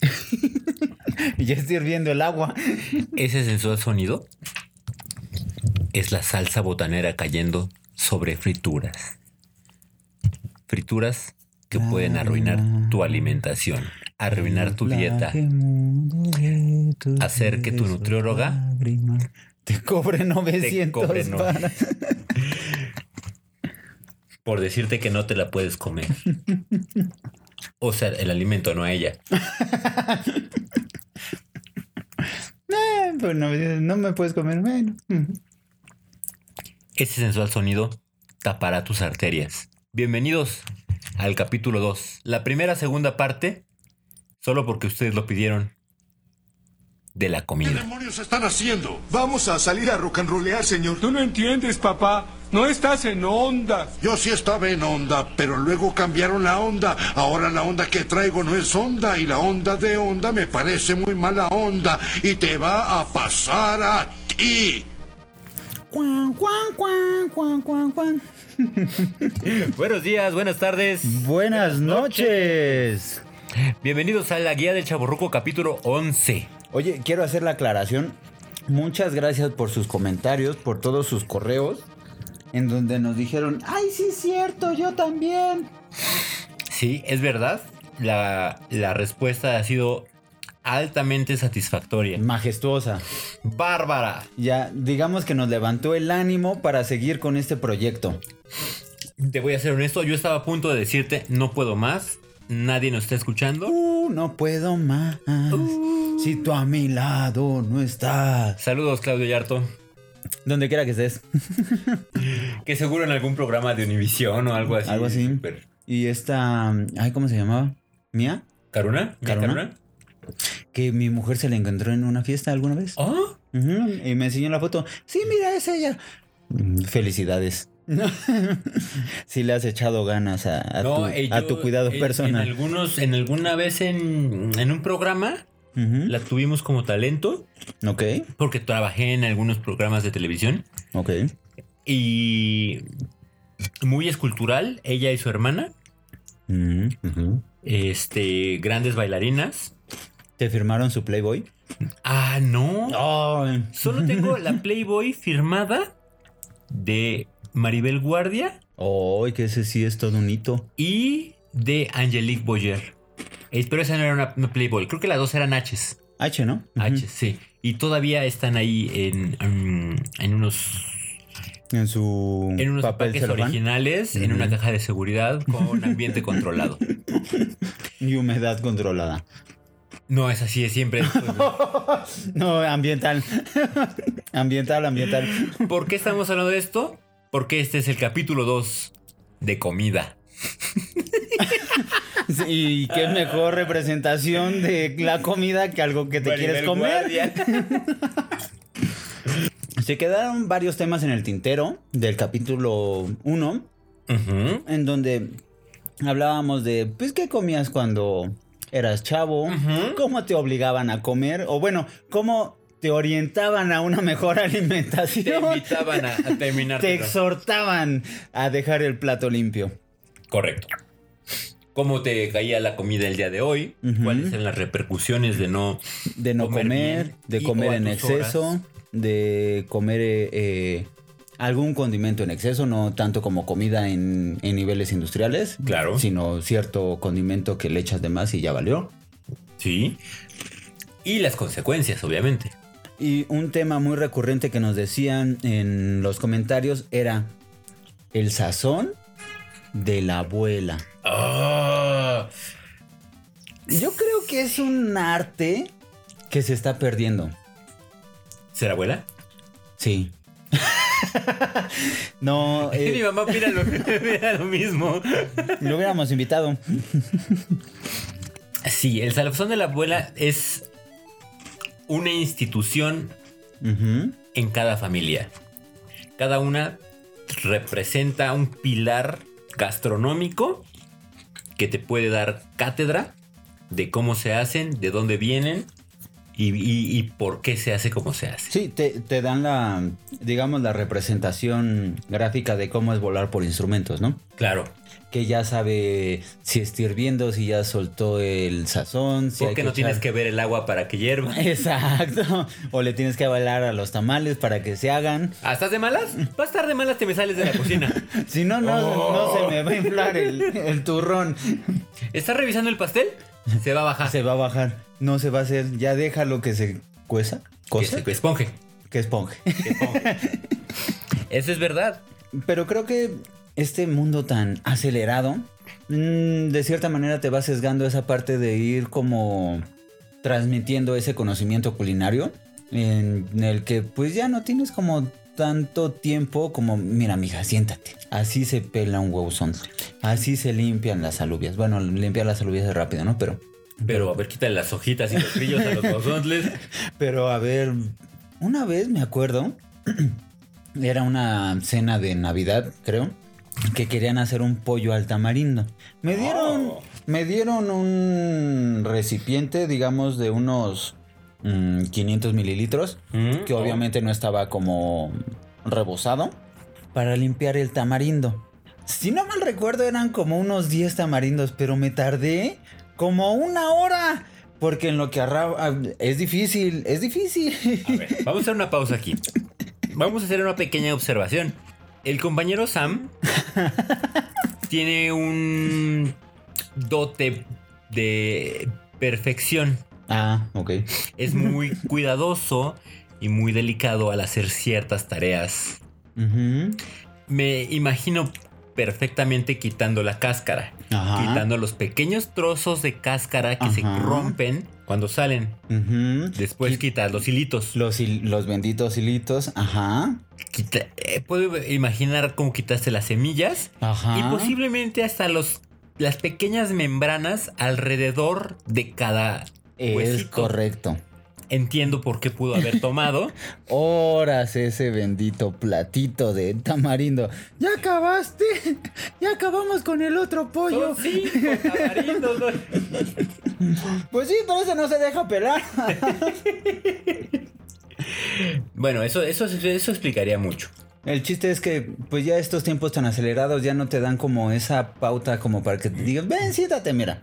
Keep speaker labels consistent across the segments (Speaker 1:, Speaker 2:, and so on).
Speaker 1: y ya está hirviendo el agua.
Speaker 2: Ese sensual sonido es la salsa botanera cayendo sobre frituras. Frituras que pueden arruinar tu alimentación, arruinar tu dieta, hacer que tu nutrióloga
Speaker 1: Te cobre 900.
Speaker 2: te cobre no.
Speaker 1: para-
Speaker 2: Por decirte que no te la puedes comer. O sea, el alimento, no a ella.
Speaker 1: Eh, pues, 900, no me puedes comer menos.
Speaker 2: Ese sensual sonido tapará tus arterias. Bienvenidos al capítulo 2. La primera, segunda parte, solo porque ustedes lo pidieron, de la
Speaker 3: ¿Qué
Speaker 2: comida.
Speaker 3: demonios están haciendo?
Speaker 4: Vamos a salir a rock and rollear, señor.
Speaker 5: Tú no entiendes, papá. No estás en onda.
Speaker 3: Yo sí estaba en onda, pero luego cambiaron la onda. Ahora la onda que traigo no es onda y la onda de onda me parece muy mala onda y te va a pasar a ti.
Speaker 1: Cuan, cuan, cuan, cuan, cuan, cuan.
Speaker 2: Buenos días, buenas tardes.
Speaker 1: Buenas noches.
Speaker 2: Bienvenidos a la guía del Chaborruco capítulo 11.
Speaker 1: Oye, quiero hacer la aclaración. Muchas gracias por sus comentarios, por todos sus correos, en donde nos dijeron, ay, sí es cierto, yo también.
Speaker 2: Sí, es verdad. La, la respuesta ha sido altamente satisfactoria.
Speaker 1: Majestuosa.
Speaker 2: Bárbara.
Speaker 1: Ya, digamos que nos levantó el ánimo para seguir con este proyecto.
Speaker 2: Te voy a ser honesto, yo estaba a punto de decirte, no puedo más, nadie nos está escuchando.
Speaker 1: Uh, no puedo más. Si tú a mi lado no estás.
Speaker 2: Saludos Claudio Yarto,
Speaker 1: Donde quiera que estés.
Speaker 2: que seguro en algún programa de Univisión o algo así.
Speaker 1: Algo así.
Speaker 2: Super-
Speaker 1: Y esta, ay, ¿cómo se llamaba? ¿Mía?
Speaker 2: ¿Caruna? ¿Ya
Speaker 1: ¿Caruna? Que mi mujer se la encontró en una fiesta alguna vez.
Speaker 2: ¿Ah?
Speaker 1: Ujú, Y me enseñó la foto. Sí, mira, es ella. Mm, Felicidades. si le has echado ganas a, a tu,
Speaker 2: ello-
Speaker 1: a tu cuidado
Speaker 2: eh, en- En
Speaker 1: personal.
Speaker 2: algunos, en alguna vez en, en un programa
Speaker 1: Ujú,
Speaker 2: la tuvimos como talento,
Speaker 1: Ok,
Speaker 2: porque trabajé en algunos programas de televisión
Speaker 1: ok.
Speaker 2: y muy escultural, ella y su hermana,
Speaker 1: Mm, ujú.
Speaker 2: este, grandes bailarinas.
Speaker 1: ¿Te firmaron su Playboy?
Speaker 2: Ah, no.
Speaker 1: Ay,
Speaker 2: Solo tengo la Playboy firmada de Maribel Guardia
Speaker 1: Ay, que ese sí es todo un hito.
Speaker 2: y de Angelique Boyer. Eh, Pero esa no era una, una Playboy. Creo que las dos eran H's.
Speaker 1: H, ¿no? Ujú.
Speaker 2: H's, sí. Y todavía están ahí en, mm, en unos,
Speaker 1: En su
Speaker 2: en unos
Speaker 1: papel
Speaker 2: papeles
Speaker 1: celofán
Speaker 2: originales, en una caja de seguridad con ambiente controlado.
Speaker 1: y humedad controlada.
Speaker 2: No, es así, es siempre.
Speaker 1: No, ambiental. ambiental, ambiental.
Speaker 2: ¿Por qué estamos hablando de esto? Porque este es el capítulo 2 de comida.
Speaker 1: Sí, Y qué mejor representación de la comida que algo que te quieres comer. Se quedaron varios temas en el tintero del capítulo 1,
Speaker 2: Ujú,
Speaker 1: en donde hablábamos de, pues, ¿qué comías cuando eras chavo?
Speaker 2: Ujú.
Speaker 1: ¿Cómo te obligaban a comer? O bueno, ¿cómo te orientaban a una mejor
Speaker 2: Te
Speaker 1: alimentación?
Speaker 2: invitaban a, a terminar.
Speaker 1: Te exhortaban a dejar el plato limpio.
Speaker 2: Correcto. ¿Cómo te caía la comida el día de hoy?
Speaker 1: Ujú.
Speaker 2: ¿Cuáles eran las repercusiones de no
Speaker 1: De no
Speaker 2: Comer
Speaker 1: comer,
Speaker 2: bien
Speaker 1: de
Speaker 2: y o
Speaker 1: comer
Speaker 2: a
Speaker 1: en
Speaker 2: tus
Speaker 1: exceso,
Speaker 2: horas.
Speaker 1: de comer eh, eh, algún condimento en exceso, no tanto como comida en, en niveles industriales,
Speaker 2: Claro.
Speaker 1: sino cierto condimento que le echas de más y ya valió.
Speaker 2: Sí. Y las consecuencias, obviamente.
Speaker 1: Y un tema muy recurrente que nos decían en los comentarios era el sazón de la abuela.
Speaker 2: Ah,
Speaker 1: Yo creo que es un arte que se está perdiendo.
Speaker 2: ¿Ser abuela?
Speaker 1: Sí. no, eh,
Speaker 2: Mi mamá opina lo, opina lo mismo.
Speaker 1: lo hubiéramos invitado.
Speaker 2: Sí, el salazón de la abuela es una institución
Speaker 1: Ujú.
Speaker 2: en cada familia. Cada una representa un pilar gastronómico que te puede dar cátedra de cómo se hacen, de dónde vienen y, y- y por qué se hace como se hace.
Speaker 1: Sí, te, te dan la, digamos, la representación gráfica de cómo es volar por instrumentos, ¿no?
Speaker 2: Claro.
Speaker 1: Que ya sabe si está hirviendo, si ya soltó el sazón, si hay
Speaker 2: porque no tienes
Speaker 1: echar-
Speaker 2: que ver el agua para que hierva.
Speaker 1: Exacto. O le tienes que bailar a los tamales para que se hagan.
Speaker 2: ¿Ah, ¿Estás de malas? Vas a estar de malas, te me sales de la cocina.
Speaker 1: Si no, no, no se me va a inflar el, el turrón.
Speaker 2: ¿Estás revisando el pastel? Se va a bajar.
Speaker 1: Se va a bajar. No se va a hacer. Ya déjalo que se cueza.
Speaker 2: Que
Speaker 1: ¿Cosa?
Speaker 2: se esponje.
Speaker 1: Que esponje.
Speaker 2: Eso es verdad.
Speaker 1: Pero creo que este mundo tan acelerado, mm, de cierta manera te va sesgando esa parte de ir como transmitiendo ese conocimiento culinario, en el que pues ya no tienes como tanto tiempo como, mira mija, siéntate. Así se pela un huevo son. Así se limpian las alubias. Bueno, limpiar las alubias es rápido, ¿no? Pero,
Speaker 2: Pero a ver, quítale las hojitas y los brillos a los bozontles.
Speaker 1: pero a ver, una vez me acuerdo, era una cena de Navidad, creo, que querían hacer un pollo al tamarindo. Me dieron, me dieron un recipiente, digamos, de unos mm, 500 mililitros,
Speaker 2: Mm,
Speaker 1: que
Speaker 2: oh.
Speaker 1: obviamente no estaba como rebosado, para limpiar el tamarindo. Si no mal recuerdo, eran como unos 10 tamarindos, pero me tardé como una hora. Porque en lo que arraba... ah, Es difícil, es difícil.
Speaker 2: A ver, vamos a hacer una pausa aquí. Vamos a hacer una pequeña observación. El compañero Sam tiene un dote de perfección.
Speaker 1: Ah, ok.
Speaker 2: Es muy cuidadoso y muy delicado al hacer ciertas tareas.
Speaker 1: Ujú.
Speaker 2: Me imagino perfectamente quitando la cáscara,
Speaker 1: Ajá.
Speaker 2: quitando los pequeños trozos de cáscara que se
Speaker 1: Ajá.
Speaker 2: rompen cuando salen.
Speaker 1: Ujú.
Speaker 2: Después quitas los hilitos.
Speaker 1: Los, hil- los benditos hilitos, ajá.
Speaker 2: Quita- eh, puedo imaginar cómo quitaste las semillas
Speaker 1: Ajá.
Speaker 2: y pues posiblemente hasta los las pequeñas membranas alrededor de cada
Speaker 1: Es
Speaker 2: huesito.
Speaker 1: correcto.
Speaker 2: Entiendo por qué pudo haber tomado.
Speaker 1: Horas ese bendito platito de tamarindo. ¡Ya acabaste! ¡Ya acabamos con el otro pollo!
Speaker 2: Son cinco tamarindos, ¿no?
Speaker 1: Pues sí, pero ese no se deja pelar.
Speaker 2: Bueno, eso, eso, eso explicaría mucho.
Speaker 1: El chiste es que, pues ya estos tiempos tan acelerados ya no te dan como esa pauta como para que te digan, ven, siéntate, mira.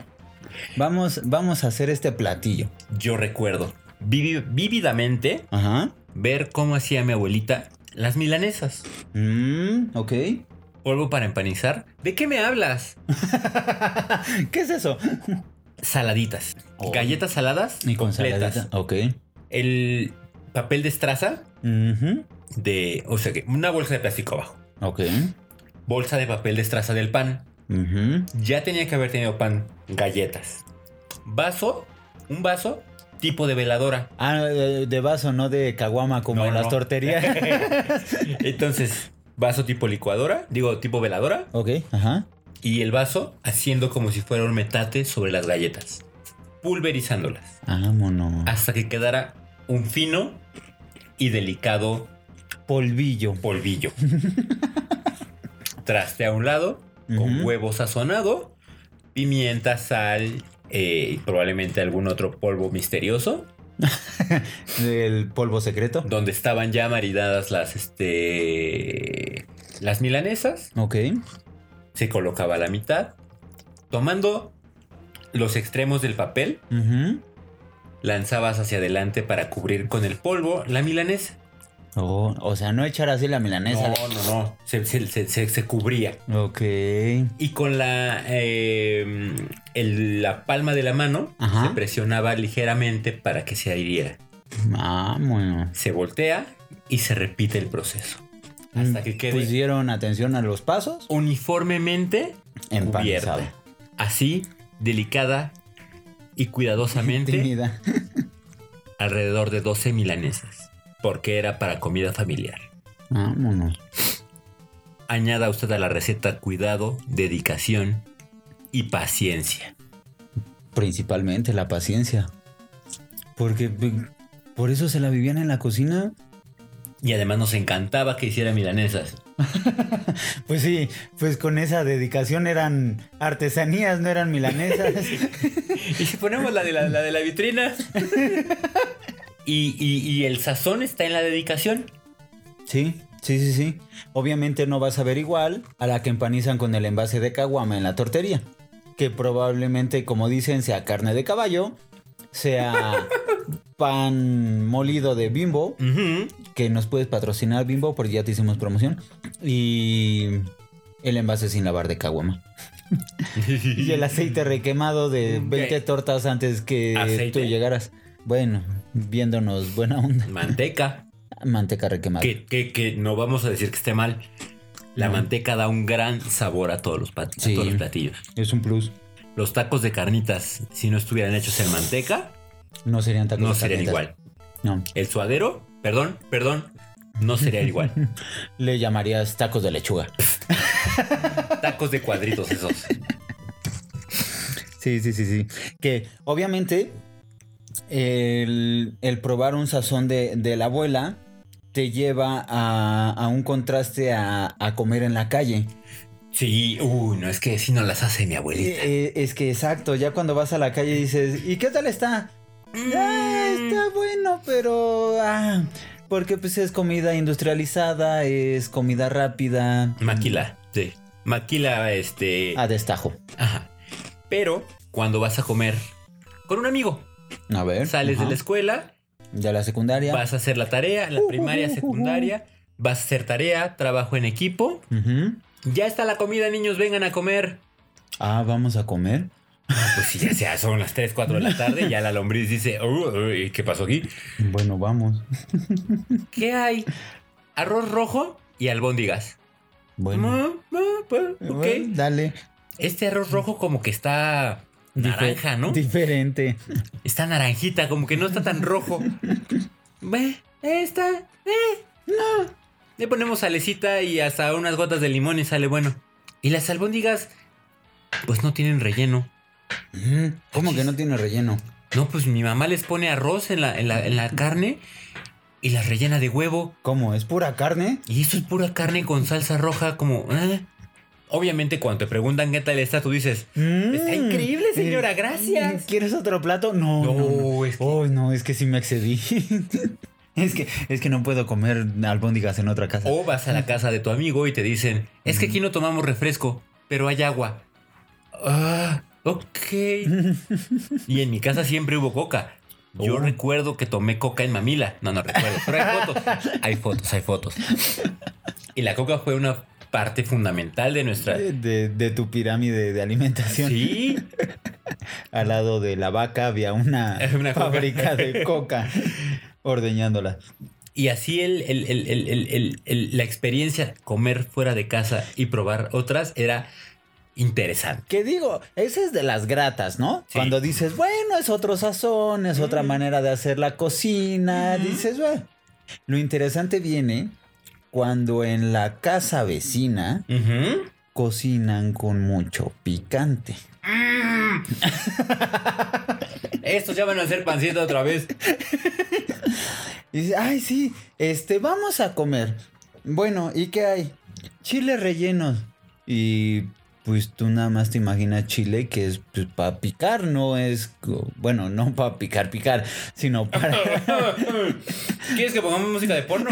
Speaker 1: Vamos, vamos a hacer este platillo.
Speaker 2: Yo recuerdo vivi- vívidamente
Speaker 1: Ajá.
Speaker 2: ver cómo hacía mi abuelita las milanesas.
Speaker 1: Mm, ok.
Speaker 2: Polvo para empanizar. ¿De qué me hablas?
Speaker 1: ¿Qué es eso?
Speaker 2: Saladitas.
Speaker 1: Oh.
Speaker 2: Galletas saladas
Speaker 1: Y con
Speaker 2: completas.
Speaker 1: saladita. Ok.
Speaker 2: El papel de estraza
Speaker 1: Ujú.
Speaker 2: de, o sea que una bolsa de plástico abajo.
Speaker 1: Ok.
Speaker 2: Bolsa de papel de estraza del pan.
Speaker 1: Ujú.
Speaker 2: Ya tenía que haber tenido pan, galletas. Vaso, un vaso tipo de veladora.
Speaker 1: Ah, de, de vaso, no de caguama como
Speaker 2: No,
Speaker 1: en las
Speaker 2: no.
Speaker 1: torterías.
Speaker 2: Entonces, vaso tipo licuadora, digo tipo veladora,
Speaker 1: ok, ajá.
Speaker 2: y el vaso haciendo como si fuera un metate sobre las galletas, pulverizándolas
Speaker 1: Vámonos.
Speaker 2: hasta que quedara un fino y delicado
Speaker 1: Polvillo.
Speaker 2: polvillo. Traste a un lado, con
Speaker 1: Ujú.
Speaker 2: huevo sazonado, pimienta, sal eh, y probablemente algún otro polvo misterioso,
Speaker 1: El polvo secreto.
Speaker 2: donde estaban ya maridadas las, este, las milanesas.
Speaker 1: Ok.
Speaker 2: Se colocaba a la mitad, tomando los extremos del papel,
Speaker 1: Ujú.
Speaker 2: lanzabas hacia adelante para cubrir con el polvo la milanesa.
Speaker 1: Oh, o sea, no echar así la milanesa.
Speaker 2: No, no, no, se- se- se- se- se cubría.
Speaker 1: Ok.
Speaker 2: Y con la, eh, el- la palma de la mano
Speaker 1: Ajá.
Speaker 2: se presionaba ligeramente para que se adhiriera.
Speaker 1: Vámonos.
Speaker 2: Se voltea y se repite el proceso.
Speaker 1: Mm,
Speaker 2: Hasta que quede
Speaker 1: Pusieron atención a los pasos.
Speaker 2: uniformemente
Speaker 1: Empanizado.
Speaker 2: cubierta. Así, delicada y cuidadosamente
Speaker 1: Tímida.
Speaker 2: alrededor de 12 milanesas. Porque era para comida familiar.
Speaker 1: Vámonos.
Speaker 2: Añada usted a la receta cuidado, dedicación y paciencia.
Speaker 1: Principalmente la paciencia. Porque pues, p- por eso se la vivían en la cocina.
Speaker 2: Y además nos encantaba que hiciera milanesas.
Speaker 1: Pues sí, pues con esa dedicación eran artesanías, no eran milanesas.
Speaker 2: Y si ponemos la de la, la de la vitrina. Y, y- y el sazón está en la dedicación.
Speaker 1: Sí, sí, sí, sí. Obviamente no vas a ver igual a la que empanizan con el envase de caguama en la tortería. Que probablemente, como dicen, sea carne de caballo, sea pan molido de bimbo,
Speaker 2: Ujú.
Speaker 1: que nos puedes patrocinar bimbo porque ya te hicimos promoción. Y el envase sin lavar de caguama. y el aceite requemado de 20
Speaker 2: Ok.
Speaker 1: tortas antes que
Speaker 2: Aceite.
Speaker 1: tú llegaras. Bueno, viéndonos buena onda.
Speaker 2: Manteca.
Speaker 1: Manteca requemada.
Speaker 2: Que, que- que no vamos a decir que esté mal. La manteca da un gran sabor a todos los, pat- a
Speaker 1: Sí.
Speaker 2: todos los platillos.
Speaker 1: Es un plus.
Speaker 2: Los tacos de carnitas, si no estuvieran hechos en manteca,
Speaker 1: No serían tacos
Speaker 2: no
Speaker 1: de
Speaker 2: serían
Speaker 1: carnitas.
Speaker 2: igual.
Speaker 1: No,
Speaker 2: El suadero, perdón, perdón, no sería igual.
Speaker 1: le llamarías tacos de lechuga.
Speaker 2: Tacos de cuadritos esos.
Speaker 1: Sí, sí, sí, sí. Que obviamente el, el probar un sazón de, de la abuela te lleva a, a un contraste a, a comer en la calle.
Speaker 2: Sí, uy, no es que si no las hace mi abuelita.
Speaker 1: Eh, eh, es que exacto, ya cuando vas a la calle dices, ¿y qué tal está?
Speaker 2: Mm.
Speaker 1: "Ah, está bueno, pero... ah", porque pues es comida industrializada, es comida rápida.
Speaker 2: Maquila, sí. Maquila, este.
Speaker 1: A destajo.
Speaker 2: Ajá. Pero cuando vas a comer con un amigo,
Speaker 1: A ver.
Speaker 2: sales
Speaker 1: ajá.
Speaker 2: de la escuela,
Speaker 1: De la secundaria.
Speaker 2: vas a hacer la tarea, la primaria, secundaria, vas a hacer tarea, trabajo en equipo.
Speaker 1: Ujú.
Speaker 2: Ya está la comida, niños, vengan a comer.
Speaker 1: Ah, vamos a comer.
Speaker 2: Pues si ya sea, son las 3, 4 de la tarde, ya la lombriz dice, "Uy, ¿qué pasó aquí?
Speaker 1: Bueno, vamos.
Speaker 2: ¿Qué hay? Arroz rojo y albóndigas.
Speaker 1: Bueno.
Speaker 2: Ah, ah, pues,
Speaker 1: Bueno,
Speaker 2: ok.
Speaker 1: dale.
Speaker 2: Este arroz rojo como que está naranja, ¿no?
Speaker 1: Diferente.
Speaker 2: Está naranjita, como que no está tan rojo. Ve, esta, eh, no. Le ponemos salecita y hasta unas gotas de limón y sale bueno. Y las albóndigas, pues no tienen relleno.
Speaker 1: Ujú. ¿Cómo que no tiene relleno?
Speaker 2: No, pues mi mamá les pone arroz en la, en la, en la carne y las rellena de huevo.
Speaker 1: ¿Cómo? ¿Es pura carne?
Speaker 2: Y eso es pura carne con salsa roja, como... eh. Obviamente cuando te preguntan qué tal está, tú dices... Está increíble, señora,
Speaker 1: Mm. Eh,
Speaker 2: gracias.
Speaker 1: ¿Quieres otro plato? No, no,
Speaker 2: No,
Speaker 1: no.
Speaker 2: es que-
Speaker 1: Oh, no, es que sí me excedí. es, que, es que no puedo comer albóndigas en otra casa.
Speaker 2: O vas a la casa de tu amigo y te dicen, es que aquí no tomamos refresco, pero hay agua. Ah, ok. Y en mi casa siempre hubo coca. Yo
Speaker 1: Oh.
Speaker 2: recuerdo que tomé coca en Mamila. No, no recuerdo, pero hay fotos. Hay fotos, hay fotos. Y la coca fue una parte fundamental de nuestra...
Speaker 1: De, de- de tu pirámide de alimentación.
Speaker 2: Sí,
Speaker 1: Al lado de la vaca había una,
Speaker 2: Una coca.
Speaker 1: fábrica de coca ordeñándola.
Speaker 2: y así el, el- el- el- el- el- el- la experiencia comer fuera de casa y probar otras era interesante.
Speaker 1: Que digo, esa es de las gratas, ¿no?
Speaker 2: Sí.
Speaker 1: Cuando dices, bueno, es otro sazón, es otra manera de hacer la cocina, dices, bueno. Lo interesante viene cuando en la casa vecina
Speaker 2: Ujú.
Speaker 1: cocinan con mucho picante.
Speaker 2: Estos ya van a ser pancita otra vez.
Speaker 1: Y dices, ay, sí, este, vamos a comer. Bueno, ¿y qué hay? Chiles rellenos. Y pues tú nada más te imaginas chile que es pues, para picar, no es, bueno, no para picar, picar, sino para...
Speaker 2: ¿Quieres que pongamos música de porno?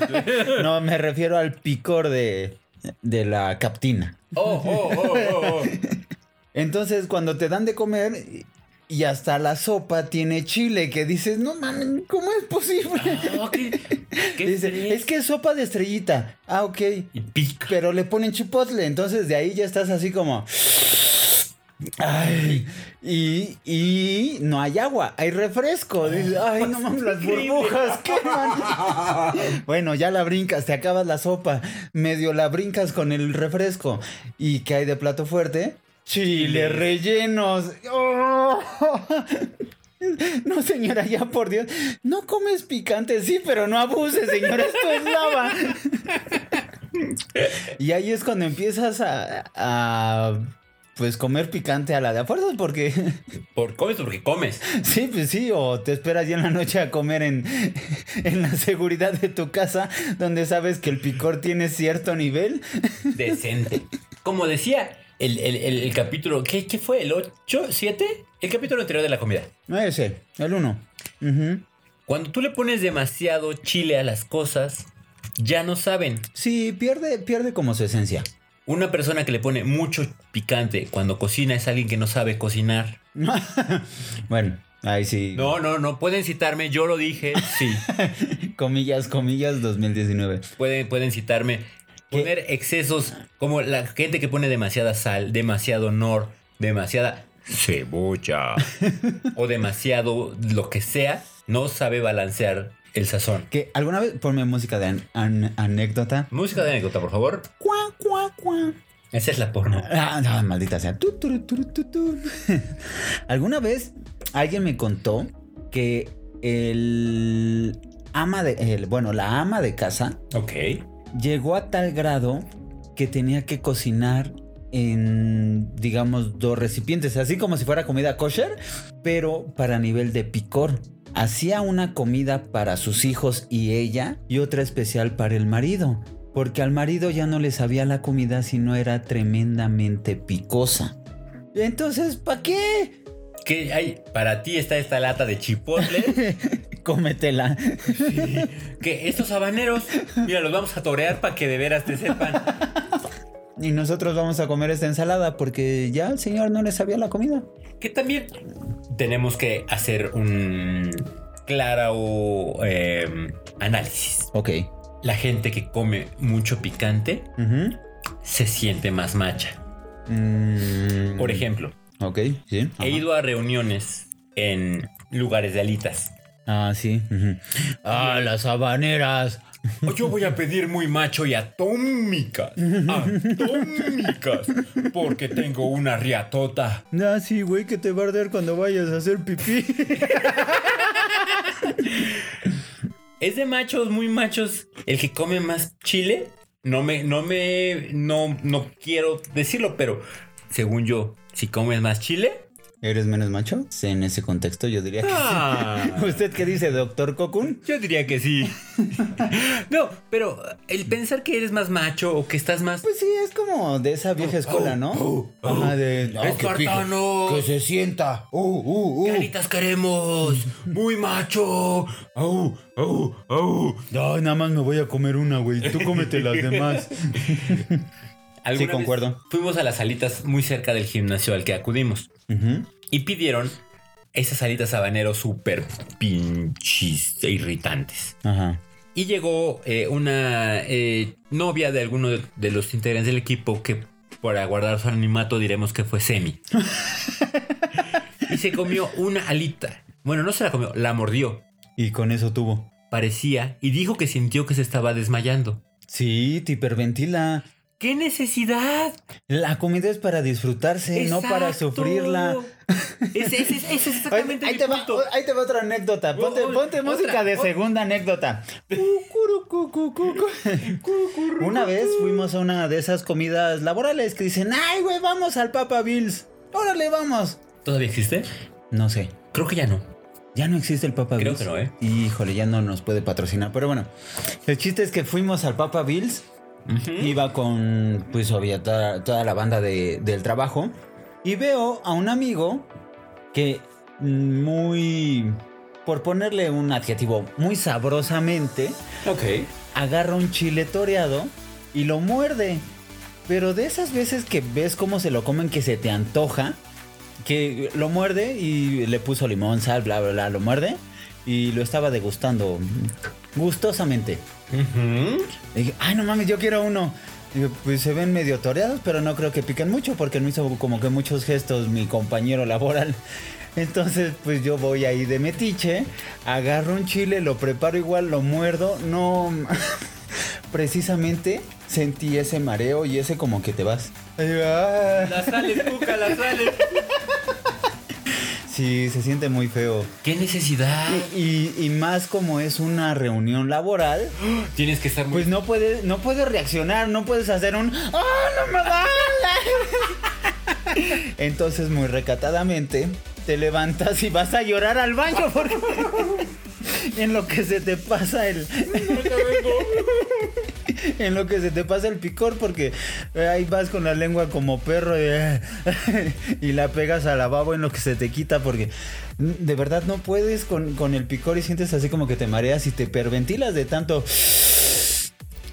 Speaker 1: No, me refiero al picor de, de la captina.
Speaker 2: Oh, oh, oh, oh, oh.
Speaker 1: Entonces, cuando te dan de comer y- y hasta la sopa tiene chile, que dices, no mames, ¿cómo es posible?
Speaker 2: No, ¿qué- qué
Speaker 1: Dice, es que es sopa de estrellita. Ah, ok.
Speaker 2: Y pica.
Speaker 1: Pero le ponen chipotle, entonces de ahí ya estás así como... Ay, y, y no hay agua, hay refresco. Dices, ay, no mames, las
Speaker 2: Increíble.
Speaker 1: burbujas queman. bueno, ya la brincas, te acabas la sopa, medio la brincas con el refresco. ¿Y qué hay de plato fuerte? Chile rellenos. ¡Oh! No, señora, ya por Dios. No comes picante, sí, pero no abuses, señora, esto es lava. Y ahí es cuando empiezas a, a pues comer picante a la de a fuerzas porque
Speaker 2: Por, comes porque comes.
Speaker 1: sí, pues sí, o te esperas ya en la noche a comer en, en la seguridad de tu casa donde sabes que el picor tiene cierto nivel.
Speaker 2: Decente. Como decía el, el- el- el capítulo, ¿qué, qué fue? ¿El 8? ¿7? El capítulo anterior de la comida.
Speaker 1: No ese, el uno. Ujú.
Speaker 2: Cuando tú le pones demasiado chile a las cosas, ya no saben.
Speaker 1: Sí, pierde, pierde como su esencia.
Speaker 2: Una persona que le pone mucho picante cuando cocina es alguien que no sabe cocinar.
Speaker 1: bueno, ahí sí.
Speaker 2: No, no, no. Pueden citarme, yo lo dije. Sí.
Speaker 1: Comillas, comillas 2019.
Speaker 2: Pueden, pueden citarme. Poner excesos como la gente que pone demasiada sal, demasiado honor, demasiada cebolla o demasiado lo que sea, no sabe balancear el sazón.
Speaker 1: Que alguna vez ponme música de an- an- anécdota.
Speaker 2: Música de anécdota, por favor.
Speaker 1: Cuá, cuá, cuá.
Speaker 2: Esa es la porno.
Speaker 1: Ah, no, maldita sea. Tu, tu, tu, tu, tu. Alguna vez alguien me contó que el ama de el, bueno, la ama de casa
Speaker 2: Ok.
Speaker 1: llegó a tal grado que tenía que cocinar en, digamos, dos recipientes, así como si fuera comida kosher, pero para nivel de picor. Hacía una comida para sus hijos y ella y otra especial para el marido, porque al marido ya no le sabía la comida si no era tremendamente picosa. Entonces, ¿para qué?
Speaker 2: ¿Qué hay? Para ti está esta lata de chipotle.
Speaker 1: Cómetela.
Speaker 2: que estos habaneros, mira, los vamos a torear para que de veras te sepan.
Speaker 1: Y nosotros vamos a comer esta ensalada porque ya el señor no le sabía la comida.
Speaker 2: Que también tenemos que hacer un claro eh, análisis.
Speaker 1: Ok.
Speaker 2: La gente que come mucho picante
Speaker 1: Ujú.
Speaker 2: se siente más macha.
Speaker 1: Mm,
Speaker 2: Por ejemplo,
Speaker 1: Ok, sí.
Speaker 2: he
Speaker 1: ajá.
Speaker 2: ido a reuniones en lugares de alitas.
Speaker 1: Ah, sí. ujú. Ah, las habaneras.
Speaker 2: Pues Yo voy a pedir muy macho y atómicas. Atómicas. Porque tengo una riatota.
Speaker 1: Ah, sí, güey, que te va a arder cuando vayas a hacer pipí.
Speaker 2: Es de machos, muy machos. El que come más chile, no me, no me, no, no quiero decirlo, pero según yo, si comes más chile,
Speaker 1: ¿Eres menos macho? Sí, en ese contexto yo diría que
Speaker 2: ah,
Speaker 1: sí. ¿Usted qué dice, doctor Cocoon?
Speaker 2: yo diría que sí. No, pero el pensar que eres más macho o que estás más
Speaker 1: Pues sí, es como de esa vieja escuela, ¿no? Ajá, de... "No, que pique,
Speaker 2: espartano,
Speaker 1: que se sienta. Uh, uh, uh.
Speaker 2: caritas queremos, muy macho. Au, au, au.
Speaker 1: No, nada más me voy a comer una, güey. Tú cómete las demás.
Speaker 2: Alguna vez
Speaker 1: concuerdo.
Speaker 2: Fuimos a las alitas muy cerca del gimnasio al que acudimos.
Speaker 1: Ujú.
Speaker 2: Y pidieron esas alitas habaneros súper pinches e irritantes.
Speaker 1: Ajá.
Speaker 2: Y llegó eh, una eh, novia de alguno de, de los integrantes del equipo que, para guardar su animato, diremos que fue Semi. y se comió una alita. Bueno, no se la comió, la mordió.
Speaker 1: Y con eso tuvo.
Speaker 2: Parecía y dijo que sintió que se estaba desmayando.
Speaker 1: Sí, te hiperventila.
Speaker 2: ¡Qué necesidad!
Speaker 1: La comida es para disfrutarse, no para
Speaker 2: Exacto.
Speaker 1: sufrirla.
Speaker 2: Ese ese- ese es
Speaker 1: Ahí,
Speaker 2: exactamente
Speaker 1: ahí
Speaker 2: mi
Speaker 1: te va,
Speaker 2: punto.
Speaker 1: ahí te va otra anécdota. Ponte,
Speaker 2: Oh, oh,
Speaker 1: ponte
Speaker 2: otra,
Speaker 1: música de
Speaker 2: oh.
Speaker 1: segunda anécdota. Cucurucucucucu. una vez fuimos a una de esas comidas laborales que dicen, ay, güey, vamos al Papa Bills. Órale, vamos.
Speaker 2: ¿Todavía existe?
Speaker 1: No sé.
Speaker 2: Creo que ya no.
Speaker 1: Ya no existe el Papa
Speaker 2: Creo
Speaker 1: Bills.
Speaker 2: que no, ¿eh?
Speaker 1: Híjole, ya no nos puede patrocinar. Pero bueno, el chiste es que fuimos al Papa Bills. Iba con, pues, había toda, toda la banda de- del trabajo. Y veo a un amigo que mm, muy, por ponerle un adjetivo, muy sabrosamente,
Speaker 2: Ok.
Speaker 1: agarra un chile toreado y lo muerde. Pero de esas veces que ves cómo se lo comen que se te antoja, que lo muerde y le puso limón, sal, bla, bla, bla, lo muerde y lo estaba degustando gustosamente. Y dije, ay, no mames, yo quiero uno. Digo, pues se ven medio toreados, pero no creo que piquen mucho porque no hizo como que muchos gestos mi compañero laboral. Entonces, pues yo voy ahí de metiche, agarro un chile, lo preparo igual, lo muerdo. No, precisamente sentí ese mareo y ese como que te vas. Y digo, "Ah".
Speaker 2: Las sales, Cuca, las sales.
Speaker 1: Sí, se siente muy feo.
Speaker 2: ¿Qué necesidad?
Speaker 1: Y, y más como es una reunión laboral,
Speaker 2: Tienes que estar muy.
Speaker 1: Pues no puedes, no puedes reaccionar, no puedes hacer un ¡Ah, no me vale! Entonces, muy recatadamente, te levantas y vas a llorar al baño porque en lo que se te pasa el en lo que se te pasa el picor porque eh, ahí vas con la lengua como perro eh, y, la pegas al lavabo en lo que se te quita porque mm, de verdad no puedes con, con el picor y sientes así como que te mareas y te perventilas de tanto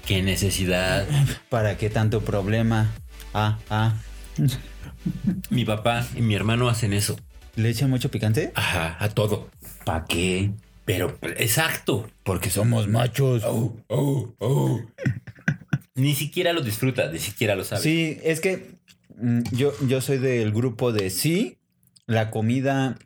Speaker 2: Qué necesidad.
Speaker 1: para qué tanto problema. Ah, ah.
Speaker 2: Mi papá y mi hermano hacen eso.
Speaker 1: ¿Le echa mucho picante?
Speaker 2: Ajá, a todo. ¿Para qué? Pero, exacto. Porque somos
Speaker 1: Somos machos.
Speaker 2: Oh, oh, oh. Ni siquiera lo disfruta, ni siquiera lo sabe.
Speaker 1: Sí, es que mm, yo, yo soy del grupo de sí, la comida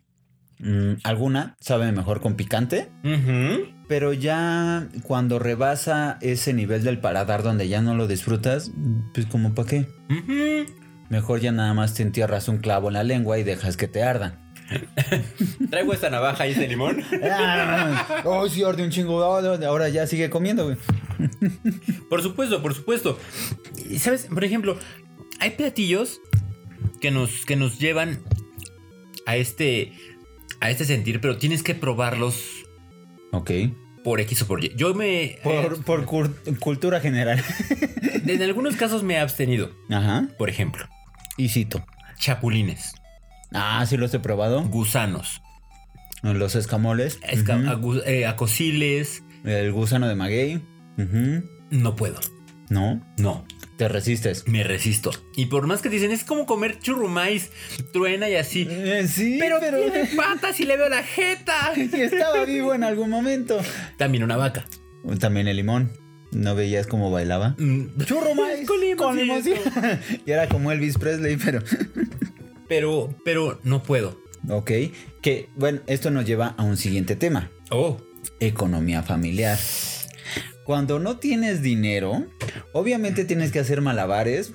Speaker 1: mm, alguna sabe mejor con picante,
Speaker 2: Ujú.
Speaker 1: pero ya cuando rebasa ese nivel del paladar donde ya no lo disfrutas, mm, pues como para qué.
Speaker 2: Ujú.
Speaker 1: Mejor ya nada más te entierras un clavo en la lengua y dejas que te arda.
Speaker 2: Traigo esta navaja y este limón.
Speaker 1: Ah, oh, sí, arde un chingo. Oh, no, Ahora ya sigue comiendo, güey.
Speaker 2: Por supuesto, por supuesto. Y, ¿Sabes? Por ejemplo, hay platillos que nos, que nos llevan a este, a este sentir, pero tienes que probarlos
Speaker 1: Ok.
Speaker 2: por X o por Y. Yo me...
Speaker 1: Por, por cur- cultura general.
Speaker 2: eh, en algunos casos me he abstenido.
Speaker 1: Ajá.
Speaker 2: Por ejemplo,
Speaker 1: Y cito.
Speaker 2: chapulines,
Speaker 1: Ah, sí los he probado.
Speaker 2: gusanos,
Speaker 1: Los escamoles.
Speaker 2: esca-
Speaker 1: Ujú.
Speaker 2: a gu- eh, acosiles.
Speaker 1: El gusano de maguey. Ujú.
Speaker 2: No puedo.
Speaker 1: No,
Speaker 2: No,
Speaker 1: te resistes.
Speaker 2: me resisto. Y por más que dicen, es como comer churrumais, truena y así.
Speaker 1: Eh, sí,
Speaker 2: Pero, tiene patas y le veo la jeta.
Speaker 1: estaba vivo en algún momento.
Speaker 2: También una vaca.
Speaker 1: También el limón. ¿No veías cómo bailaba?
Speaker 2: Mm,
Speaker 1: Churro maíz,
Speaker 2: Con limoncito.
Speaker 1: sí. y era como Elvis Presley, pero...
Speaker 2: Pero, pero no puedo.
Speaker 1: Ok, que bueno, esto nos lleva a un siguiente tema.
Speaker 2: Oh,
Speaker 1: Economía familiar. Cuando no tienes dinero, obviamente tienes que hacer malabares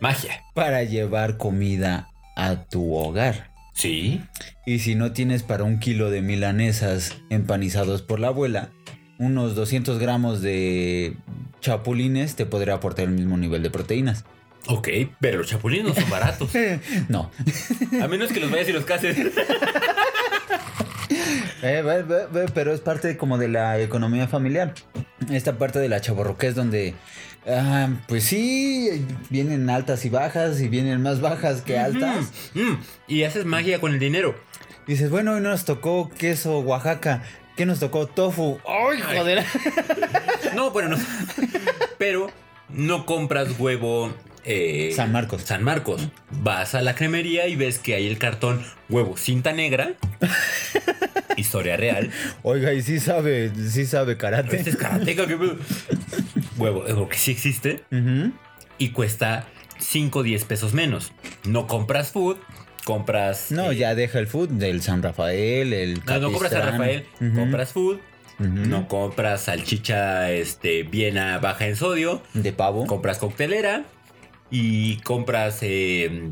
Speaker 2: magia.
Speaker 1: para llevar comida a tu hogar.
Speaker 2: Sí.
Speaker 1: Y si no tienes para un kilo de milanesas empanizados por la abuela, unos 200 gramos de chapulines te podría aportar el mismo nivel de proteínas.
Speaker 2: Ok, pero los chapulines no son baratos.
Speaker 1: No.
Speaker 2: A menos que los vayas y los cases.
Speaker 1: Eh, ve, ve, ve, pero es parte como de la economía familiar. Esta parte de la chaborroquez donde, ah, pues sí, vienen altas y bajas y vienen más bajas que altas.
Speaker 2: Mm, y haces magia con el dinero.
Speaker 1: Dices, bueno, hoy nos tocó queso Oaxaca, ¿qué nos tocó tofu? ¡Ay, joder!
Speaker 2: No, bueno, no. Pero no compras huevo. eh,
Speaker 1: San Marcos.
Speaker 2: San Marcos. Vas a la cremería y ves que hay el cartón huevo cinta negra. Historia real.
Speaker 1: Oiga, y sí sabe, sí sabe karate.
Speaker 2: Este es karateca, qué pedo. Huevo, huevo, que sí existe.
Speaker 1: Ujú.
Speaker 2: y cuesta 5 o 10 pesos menos. No compras food, compras.
Speaker 1: No,
Speaker 2: eh,
Speaker 1: ya deja el food del San Rafael, el
Speaker 2: No, no compras a
Speaker 1: Capistrán.
Speaker 2: Rafael,
Speaker 1: Ujú.
Speaker 2: compras food.
Speaker 1: Ujú.
Speaker 2: No compras salchicha este, viena baja en sodio.
Speaker 1: de pavo.
Speaker 2: Compras coctelera. Y compras eh,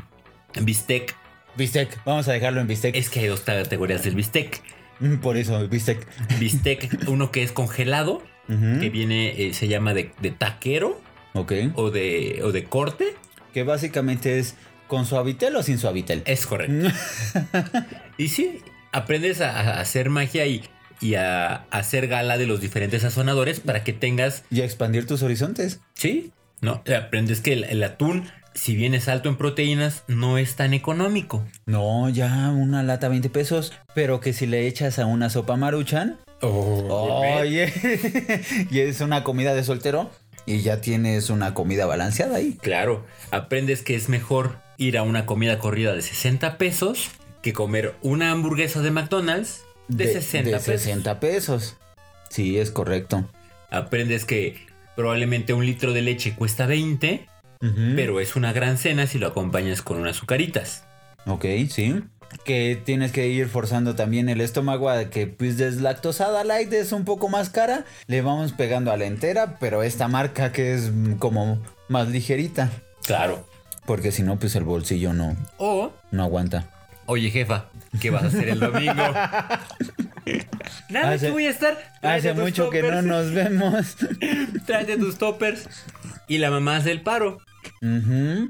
Speaker 2: bistec.
Speaker 1: bistec, vamos a dejarlo en bistec.
Speaker 2: Es que hay dos categorías del bistec.
Speaker 1: Mm, Por eso, bistec.
Speaker 2: Bistec, uno que es congelado,
Speaker 1: Ujú.
Speaker 2: que viene, eh, se llama de, de taquero
Speaker 1: Ok.
Speaker 2: o de, o de corte.
Speaker 1: Que básicamente es con suavitel o sin suavitel.
Speaker 2: Es correcto. y sí, aprendes a, a hacer magia y, y a, a hacer gala de los diferentes sazonadores para que tengas.
Speaker 1: Y expandir tus horizontes.
Speaker 2: Sí, no, aprendes que el, el atún, si bien es alto en proteínas, no es tan económico.
Speaker 1: No, ya una lata 20 pesos, pero que si le echas a una sopa maruchan, oye, y es una comida de soltero y ya tienes una comida balanceada ahí.
Speaker 2: Claro, aprendes que es mejor ir a una comida corrida de 60 pesos que comer una hamburguesa de McDonald's de, 60
Speaker 1: de
Speaker 2: pesos.
Speaker 1: 60 pesos. Sí, es correcto.
Speaker 2: Aprendes que probablemente un litro de leche cuesta 20
Speaker 1: Ujú.
Speaker 2: Pero es una gran cena si lo acompañas con unas azucaritas.
Speaker 1: Ok, sí. Que tienes que ir forzando también el estómago a que pues deslactosada light es un poco más cara. Le vamos pegando a la entera, pero esta marca que es mm, como más ligerita.
Speaker 2: Claro.
Speaker 1: Porque si no, pues el bolsillo no,
Speaker 2: O,
Speaker 1: no aguanta.
Speaker 2: oye jefa, ¿qué vas a hacer el domingo? Nada,
Speaker 1: Hace-
Speaker 2: que voy a estar. Tráete
Speaker 1: Hace
Speaker 2: tus
Speaker 1: mucho que no
Speaker 2: toppers,
Speaker 1: nos vemos.
Speaker 2: Tráete tus toppers. Y la mamá hace el paro.
Speaker 1: Ujú.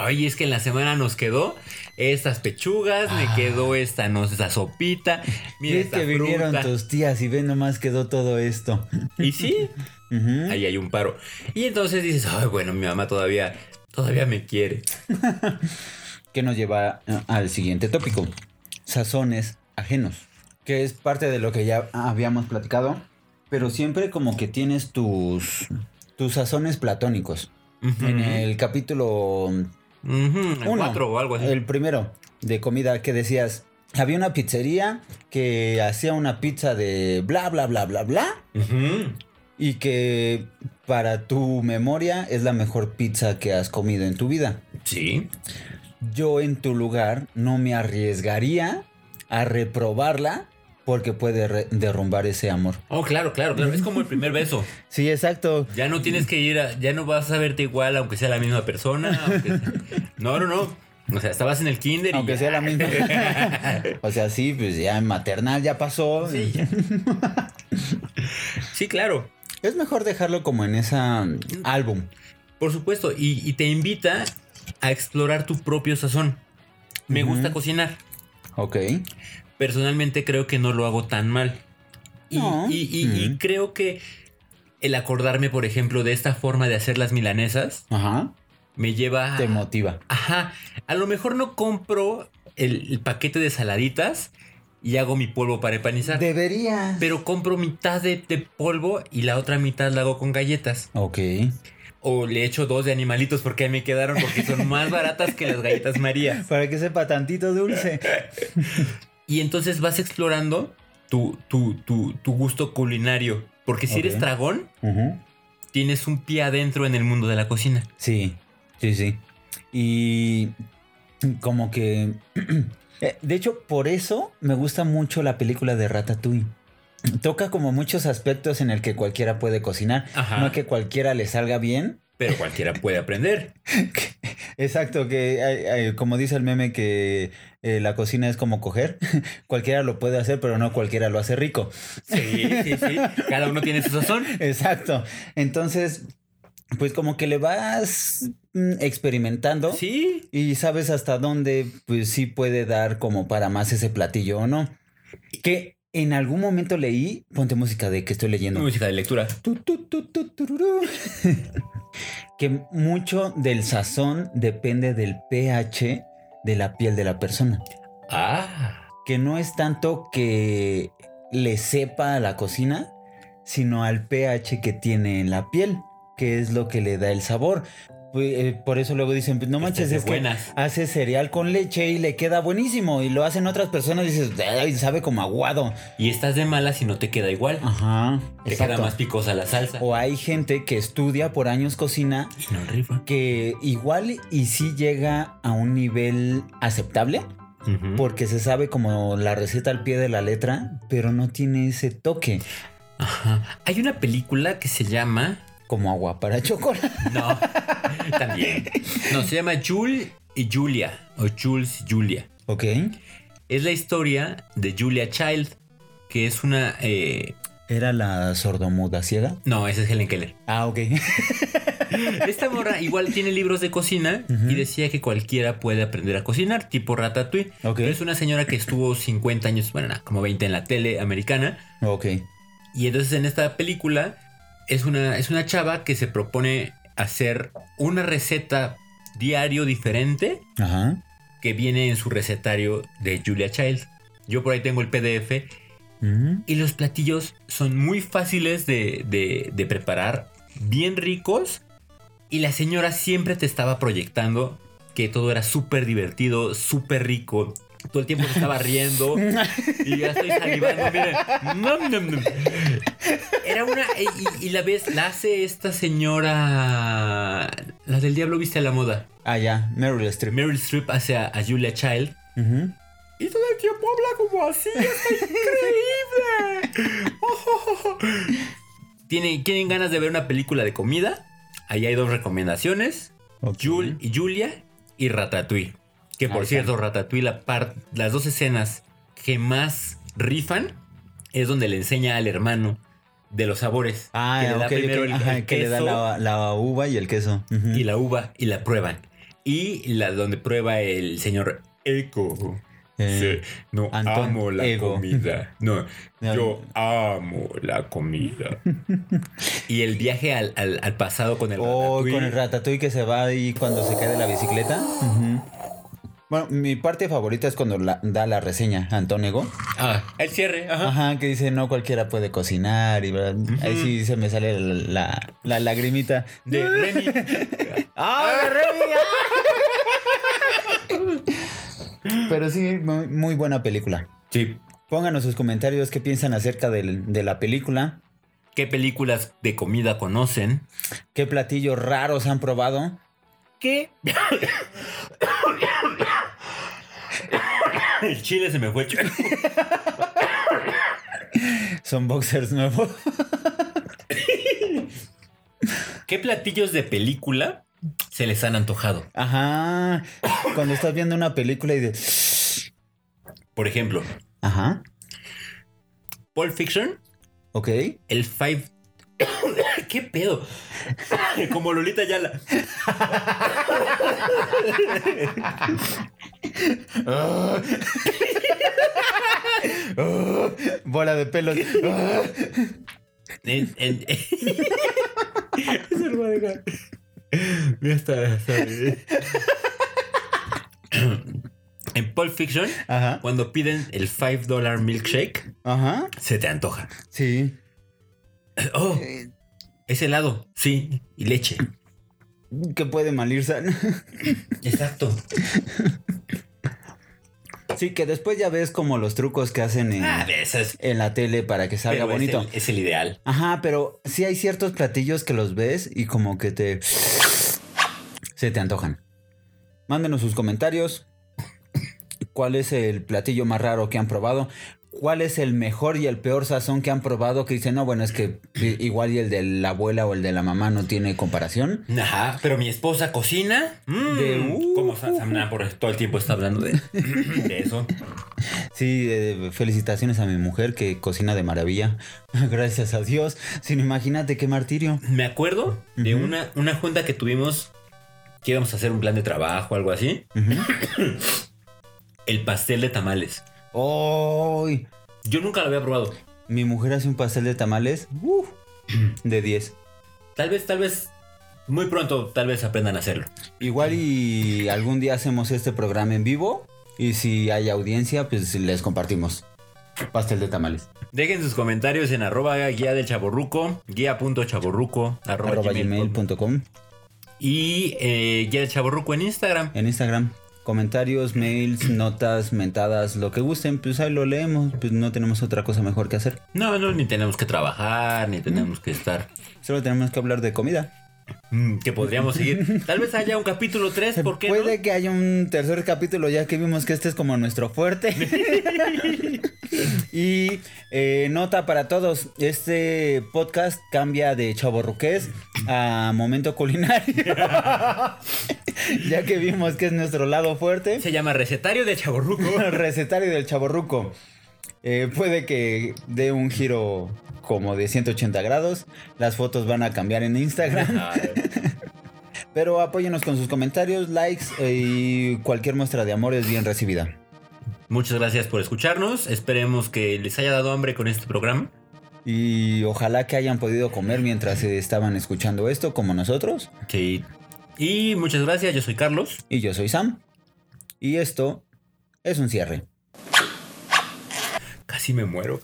Speaker 2: Ay, es que en la semana nos quedó estas pechugas, me quedó esta, no, esta sopita. Mira,
Speaker 1: Y Ah. es
Speaker 2: esta
Speaker 1: que vinieron
Speaker 2: fruta.
Speaker 1: tus tías y ven nomás quedó todo esto.
Speaker 2: Y sí,
Speaker 1: Ujú.
Speaker 2: ahí hay un paro. Y entonces dices, ay, bueno, mi mamá todavía, todavía me quiere.
Speaker 1: que nos lleva eh, al siguiente tópico, sazones ajenos, que es parte de lo que ya habíamos platicado, pero siempre como que tienes tus, tus sazones platónicos.
Speaker 2: Ujú.
Speaker 1: En el capítulo
Speaker 2: Ujú, el
Speaker 1: uno,
Speaker 2: cuatro o algo así.
Speaker 1: el primero de comida que decías, había una pizzería que hacía una pizza de bla, bla, bla, bla, bla,
Speaker 2: Ujú.
Speaker 1: y que para tu memoria es la mejor pizza que has comido en tu vida.
Speaker 2: Sí.
Speaker 1: Yo en tu lugar no me arriesgaría a reprobarla porque puede re- derrumbar ese amor.
Speaker 2: Oh, claro, claro, claro. Es como el primer beso.
Speaker 1: Sí, exacto.
Speaker 2: Ya no tienes que ir a, ya no vas a verte igual, aunque sea la misma persona. aunque sea- No, no, no. O sea, estabas en el kinder y
Speaker 1: Aunque
Speaker 2: ya.
Speaker 1: sea la misma. o sea, sí, pues ya en maternal ya pasó.
Speaker 2: Sí, ya. Sí, claro.
Speaker 1: Es mejor dejarlo como en ese álbum.
Speaker 2: Por supuesto. Y, y te invita a explorar tu propio sazón. Me gusta cocinar.
Speaker 1: Ok.
Speaker 2: Personalmente creo que no lo hago tan mal. Y,
Speaker 1: No.
Speaker 2: y- y- y
Speaker 1: Mm.
Speaker 2: creo que el acordarme, por ejemplo, de esta forma de hacer las milanesas
Speaker 1: Ajá.
Speaker 2: me lleva a,
Speaker 1: Te motiva.
Speaker 2: Ajá. A lo mejor no compro el, el paquete de saladitas y hago mi polvo para empanizar.
Speaker 1: Debería.
Speaker 2: Pero compro mitad de, de polvo y la otra mitad la hago con galletas.
Speaker 1: Ok.
Speaker 2: O le echo dos de animalitos porque ahí me quedaron porque son más baratas que las galletas María.
Speaker 1: Para que sepa tantito dulce.
Speaker 2: Y entonces vas explorando tu, tu, tu, tu gusto culinario. Porque si eres
Speaker 1: Ok.
Speaker 2: dragón,
Speaker 1: Ujú.
Speaker 2: tienes un pie adentro en el mundo de la cocina.
Speaker 1: Sí, sí, sí. Y como que... Eh, De hecho, por eso me gusta mucho la película de Ratatouille. Toca como muchos aspectos en el que cualquiera puede cocinar.
Speaker 2: Ajá.
Speaker 1: No que cualquiera le salga bien.
Speaker 2: Pero cualquiera puede aprender.
Speaker 1: Exacto, que eh, eh, como dice el meme que eh, la cocina es como coger. cualquiera lo puede hacer, pero no cualquiera lo hace rico.
Speaker 2: Sí, sí, sí. Cada uno tiene su sazón.
Speaker 1: Exacto. Entonces, pues como que le vas mm, experimentando.
Speaker 2: Sí,
Speaker 1: Y sabes hasta dónde, pues sí puede dar como para más ese platillo o no. Que en algún momento leí, ponte música de que estoy leyendo.
Speaker 2: Música de lectura.
Speaker 1: Tu, tu, tu, tu, tururú. que mucho del sazón depende del pH de la piel de la persona.
Speaker 2: Ah.
Speaker 1: Que no es tanto que le sepa a la cocina, sino al pH que tiene en la piel, que es lo que le da el sabor. Pues, eh, Por eso luego dicen, no manches,
Speaker 2: de
Speaker 1: es que
Speaker 2: buenas.
Speaker 1: hace cereal con leche y le queda buenísimo. Y lo hacen otras personas y dices, "Ay, sabe como aguado.
Speaker 2: Y estás de malas y no te queda igual.
Speaker 1: Ajá.
Speaker 2: te
Speaker 1: exacto.
Speaker 2: queda más picosa la salsa.
Speaker 1: O hay gente que estudia por años cocina
Speaker 2: Y no rifa.
Speaker 1: que igual y sí llega a un nivel aceptable
Speaker 2: Ujú.
Speaker 1: porque se sabe como la receta al pie de la letra, pero no tiene ese toque
Speaker 2: Ajá. Hay una película que se llama.
Speaker 1: como agua para chocolate.
Speaker 2: No. también. No, se llama Jules y Julia. O Jules y Julia.
Speaker 1: Ok.
Speaker 2: Es la historia de Julia Child, que es una. eh,
Speaker 1: Era la sordomuda ciega.
Speaker 2: No, esa es Helen Keller.
Speaker 1: Ah, ok.
Speaker 2: Esta morra igual tiene libros de cocina
Speaker 1: Ujú.
Speaker 2: y decía que cualquiera puede aprender a cocinar, tipo Ratatouille.
Speaker 1: Ok.
Speaker 2: Pero es una señora que estuvo 50 años, bueno, no, como 20 en la tele americana.
Speaker 1: ok.
Speaker 2: Y entonces en esta película es una, es una chava que se propone hacer una receta diario diferente
Speaker 1: Ajá.
Speaker 2: que viene en su recetario de Julia Child. Yo por ahí tengo el PDF
Speaker 1: Mm.
Speaker 2: y los platillos son muy fáciles de, de- de preparar, bien ricos y la señora siempre te estaba proyectando que todo era súper divertido, súper rico. Todo el tiempo se estaba riendo y ya estoy salivando. miren. Nom, nom, nom. Era una. Y, y- y la ves, la hace esta señora. La del Diablo Viste a la Moda.
Speaker 1: Ah, ya. Meryl Streep.
Speaker 2: Meryl Streep hace a, a Julia Child.
Speaker 1: Ujú.
Speaker 2: Y todo el tiempo habla como así. ¡Está increíble! Oh, ¿Tienen, ¿Tienen ganas de ver una película de comida? Ahí hay dos recomendaciones.
Speaker 1: Ok.
Speaker 2: Jul y Julia y Ratatouille. Que por
Speaker 1: Ahí está.
Speaker 2: cierto, Ratatouille, la par- las dos escenas que más rifan es donde le enseña al hermano de los sabores.
Speaker 1: Ah,
Speaker 2: que le da
Speaker 1: ok,
Speaker 2: primero
Speaker 1: ok.
Speaker 2: el-
Speaker 1: Ajá,
Speaker 2: el
Speaker 1: que le da
Speaker 2: queso
Speaker 1: la, la uva y el queso. Ujú.
Speaker 2: y la uva y la prueban. y la donde prueba el señor Eco.
Speaker 1: Eh,
Speaker 2: Sí, no
Speaker 1: Antón
Speaker 2: amo la
Speaker 1: Ego.
Speaker 2: comida. No,
Speaker 1: No.
Speaker 2: yo amo la comida. y el viaje al, al- al pasado con el
Speaker 1: O
Speaker 2: ratatouille.
Speaker 1: oh, con el ratatouille que se va ahí cuando se cae de la bicicleta. Ujú. Bueno, mi parte favorita es cuando la- da la reseña Antónego.
Speaker 2: Ah, el cierre, ajá.
Speaker 1: Ajá, que dice no cualquiera puede cocinar y bla, ahí sí se me sale la, la- la lagrimita.
Speaker 2: De Remy.
Speaker 1: ¡Ah, de Remy! ¡Ah! Pero sí, muy, muy buena película.
Speaker 2: Sí.
Speaker 1: Pónganos sus comentarios qué piensan acerca del- de la película,
Speaker 2: ¿Qué películas de comida conocen?
Speaker 1: qué platillos raros han probado.
Speaker 2: ¿Qué? el chile se me fue.
Speaker 1: Son boxers nuevos.
Speaker 2: ¿Qué platillos de película se les han antojado?
Speaker 1: Ajá. Cuando estás viendo una película y de.
Speaker 2: Por ejemplo,
Speaker 1: Ajá.
Speaker 2: Pulp Fiction,
Speaker 1: Ok.
Speaker 2: el Five. ¿Qué pedo? Como Lolita Yala.
Speaker 1: Bola de pelos.
Speaker 2: En, en- Ya está, está bien. En Pulp Fiction,
Speaker 1: Ajá.
Speaker 2: cuando piden el $5 dollar milkshake,
Speaker 1: Ajá.
Speaker 2: se te antoja.
Speaker 1: Sí.
Speaker 2: Oh,
Speaker 1: Eh.
Speaker 2: es helado, sí, y leche.
Speaker 1: Que puede mal ir san.
Speaker 2: Exacto.
Speaker 1: Sí, que después ya ves como los trucos que hacen en,
Speaker 2: Ah, de esas.
Speaker 1: en la tele para que salga
Speaker 2: Pero es
Speaker 1: bonito.
Speaker 2: el- Es el, ideal.
Speaker 1: Ajá, pero sí hay ciertos platillos que los ves y como que te... Se te antojan. Mándenos sus comentarios. ¿Cuál es el platillo más raro que han probado? ¿Cuál es el mejor y el peor sazón que han probado? Que dicen, no, bueno, es que igual y el de la abuela o el de la mamá no tiene comparación.
Speaker 2: Ajá, pero mi esposa cocina. mm,
Speaker 1: De- uh,
Speaker 2: como Sam- Samna por todo el tiempo está hablando de, de eso.
Speaker 1: Sí, eh, felicitaciones a mi mujer que cocina de maravilla. Gracias a Dios. Sin imagínate qué martirio.
Speaker 2: Me acuerdo de una, una junta que tuvimos que íbamos a hacer un plan de trabajo, algo así.
Speaker 1: Ujú.
Speaker 2: El pastel de tamales.
Speaker 1: ¡Ay!
Speaker 2: Yo nunca lo había probado.
Speaker 1: Mi mujer hace un pastel de tamales ¡uf! de 10.
Speaker 2: Tal vez, tal vez, muy pronto, tal vez aprendan a hacerlo.
Speaker 1: Igual y algún día hacemos este programa en vivo y si hay audiencia, pues les compartimos pastel de tamales.
Speaker 2: Dejen sus comentarios en arroba guía del chaborruco, guía.chaborruco, arroba,
Speaker 1: arroba
Speaker 2: gmail punto com.
Speaker 1: gmail.com
Speaker 2: Y eh, guía del chaborruco en Instagram.
Speaker 1: en Instagram. Comentarios, mails, notas, mentadas, lo que gusten, pues ahí lo leemos, pues no tenemos otra cosa mejor que hacer.
Speaker 2: No, no, ni tenemos que trabajar, ni tenemos que estar.
Speaker 1: Solo tenemos que hablar de comida.
Speaker 2: mm, que podríamos seguir. Tal vez haya un capítulo 3, ¿por qué
Speaker 1: Puede
Speaker 2: no?
Speaker 1: que haya un tercer capítulo ya que vimos que este es como nuestro fuerte. y eh, nota para todos, este podcast cambia de chaborruqués a momento culinario. ya que vimos que es nuestro lado fuerte.
Speaker 2: Se llama recetario de chaborruco.
Speaker 1: Recetario del chaborruco. Eh, puede que dé un giro como de 180 grados. Las fotos van a cambiar en Instagram.
Speaker 2: Ah,
Speaker 1: Pero apóyenos con sus comentarios, likes eh, y cualquier muestra de amor es bien recibida.
Speaker 2: Muchas gracias por escucharnos. Esperemos que les haya dado hambre con este programa.
Speaker 1: Y ojalá que hayan podido comer mientras eh, estaban escuchando esto, como nosotros.
Speaker 2: Sí. Y muchas gracias, yo soy Carlos.
Speaker 1: Y yo soy Sam. Y esto es un cierre.
Speaker 2: Casi me muero.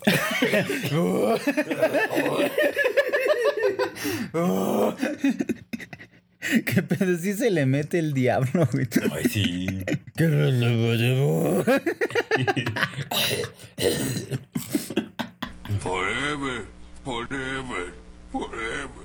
Speaker 1: Que pero sí se le mete el diablo, güey.
Speaker 2: Ay, sí.
Speaker 3: Forever, forever, forever.